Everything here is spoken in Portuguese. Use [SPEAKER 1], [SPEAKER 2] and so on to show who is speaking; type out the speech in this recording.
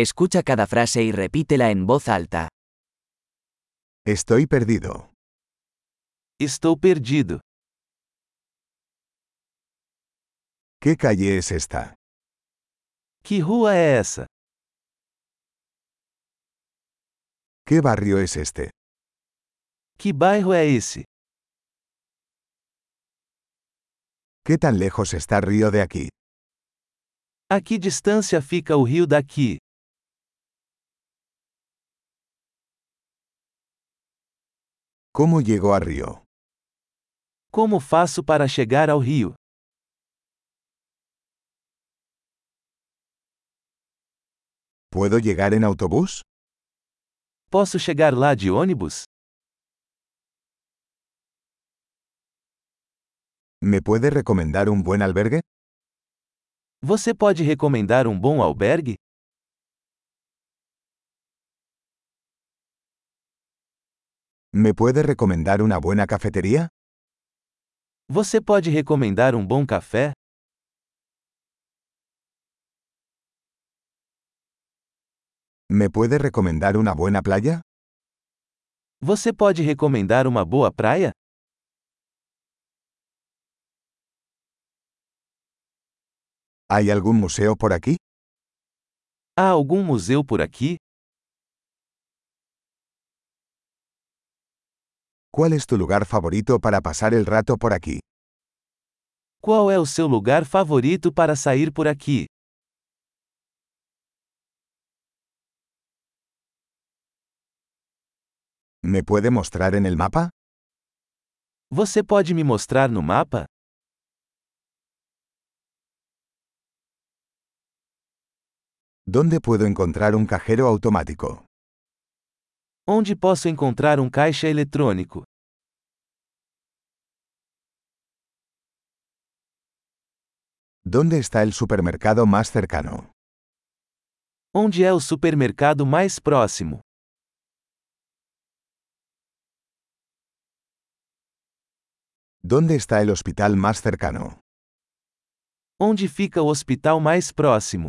[SPEAKER 1] Escucha cada frase y repítela en voz alta.
[SPEAKER 2] Estoy perdido.
[SPEAKER 3] Estou perdido.
[SPEAKER 2] ¿Qué calle es esta?
[SPEAKER 3] Que rua é essa?
[SPEAKER 2] ¿Qué barrio es este?
[SPEAKER 3] Que bairro é esse?
[SPEAKER 2] ¿Qué tan lejos está Río de aquí?
[SPEAKER 3] A que distância fica o rio daqui?
[SPEAKER 2] ¿Cómo llego a Río?
[SPEAKER 3] Como faço para chegar ao rio?
[SPEAKER 2] ¿Puedo llegar en autobús?
[SPEAKER 3] Posso chegar lá de ônibus?
[SPEAKER 2] ¿Me puede recomendar un buen albergue?
[SPEAKER 3] Você pode recomendar um bom albergue?
[SPEAKER 2] ¿Me puede recomendar una buena cafetería?
[SPEAKER 3] Você pode recomendar um bom café?
[SPEAKER 2] ¿Me puede recomendar una buena playa?
[SPEAKER 3] Você pode recomendar uma boa praia?
[SPEAKER 2] ¿Hay algún museo por aquí?
[SPEAKER 3] Há algum museu por aqui?
[SPEAKER 2] ¿Cuál es tu lugar favorito para pasar el rato por aquí?
[SPEAKER 3] Qual é o seu lugar favorito para sair por aqui?
[SPEAKER 2] ¿Me puede mostrar en el mapa?
[SPEAKER 3] Você pode me mostrar no mapa?
[SPEAKER 2] ¿Dónde puedo encontrar un cajero automático?
[SPEAKER 3] Onde posso encontrar um caixa eletrônico?
[SPEAKER 2] ¿Dónde está el supermercado más cercano?
[SPEAKER 3] Onde é o supermercado mais próximo?
[SPEAKER 2] ¿Dónde está el hospital más cercano?
[SPEAKER 3] Onde fica o hospital mais próximo?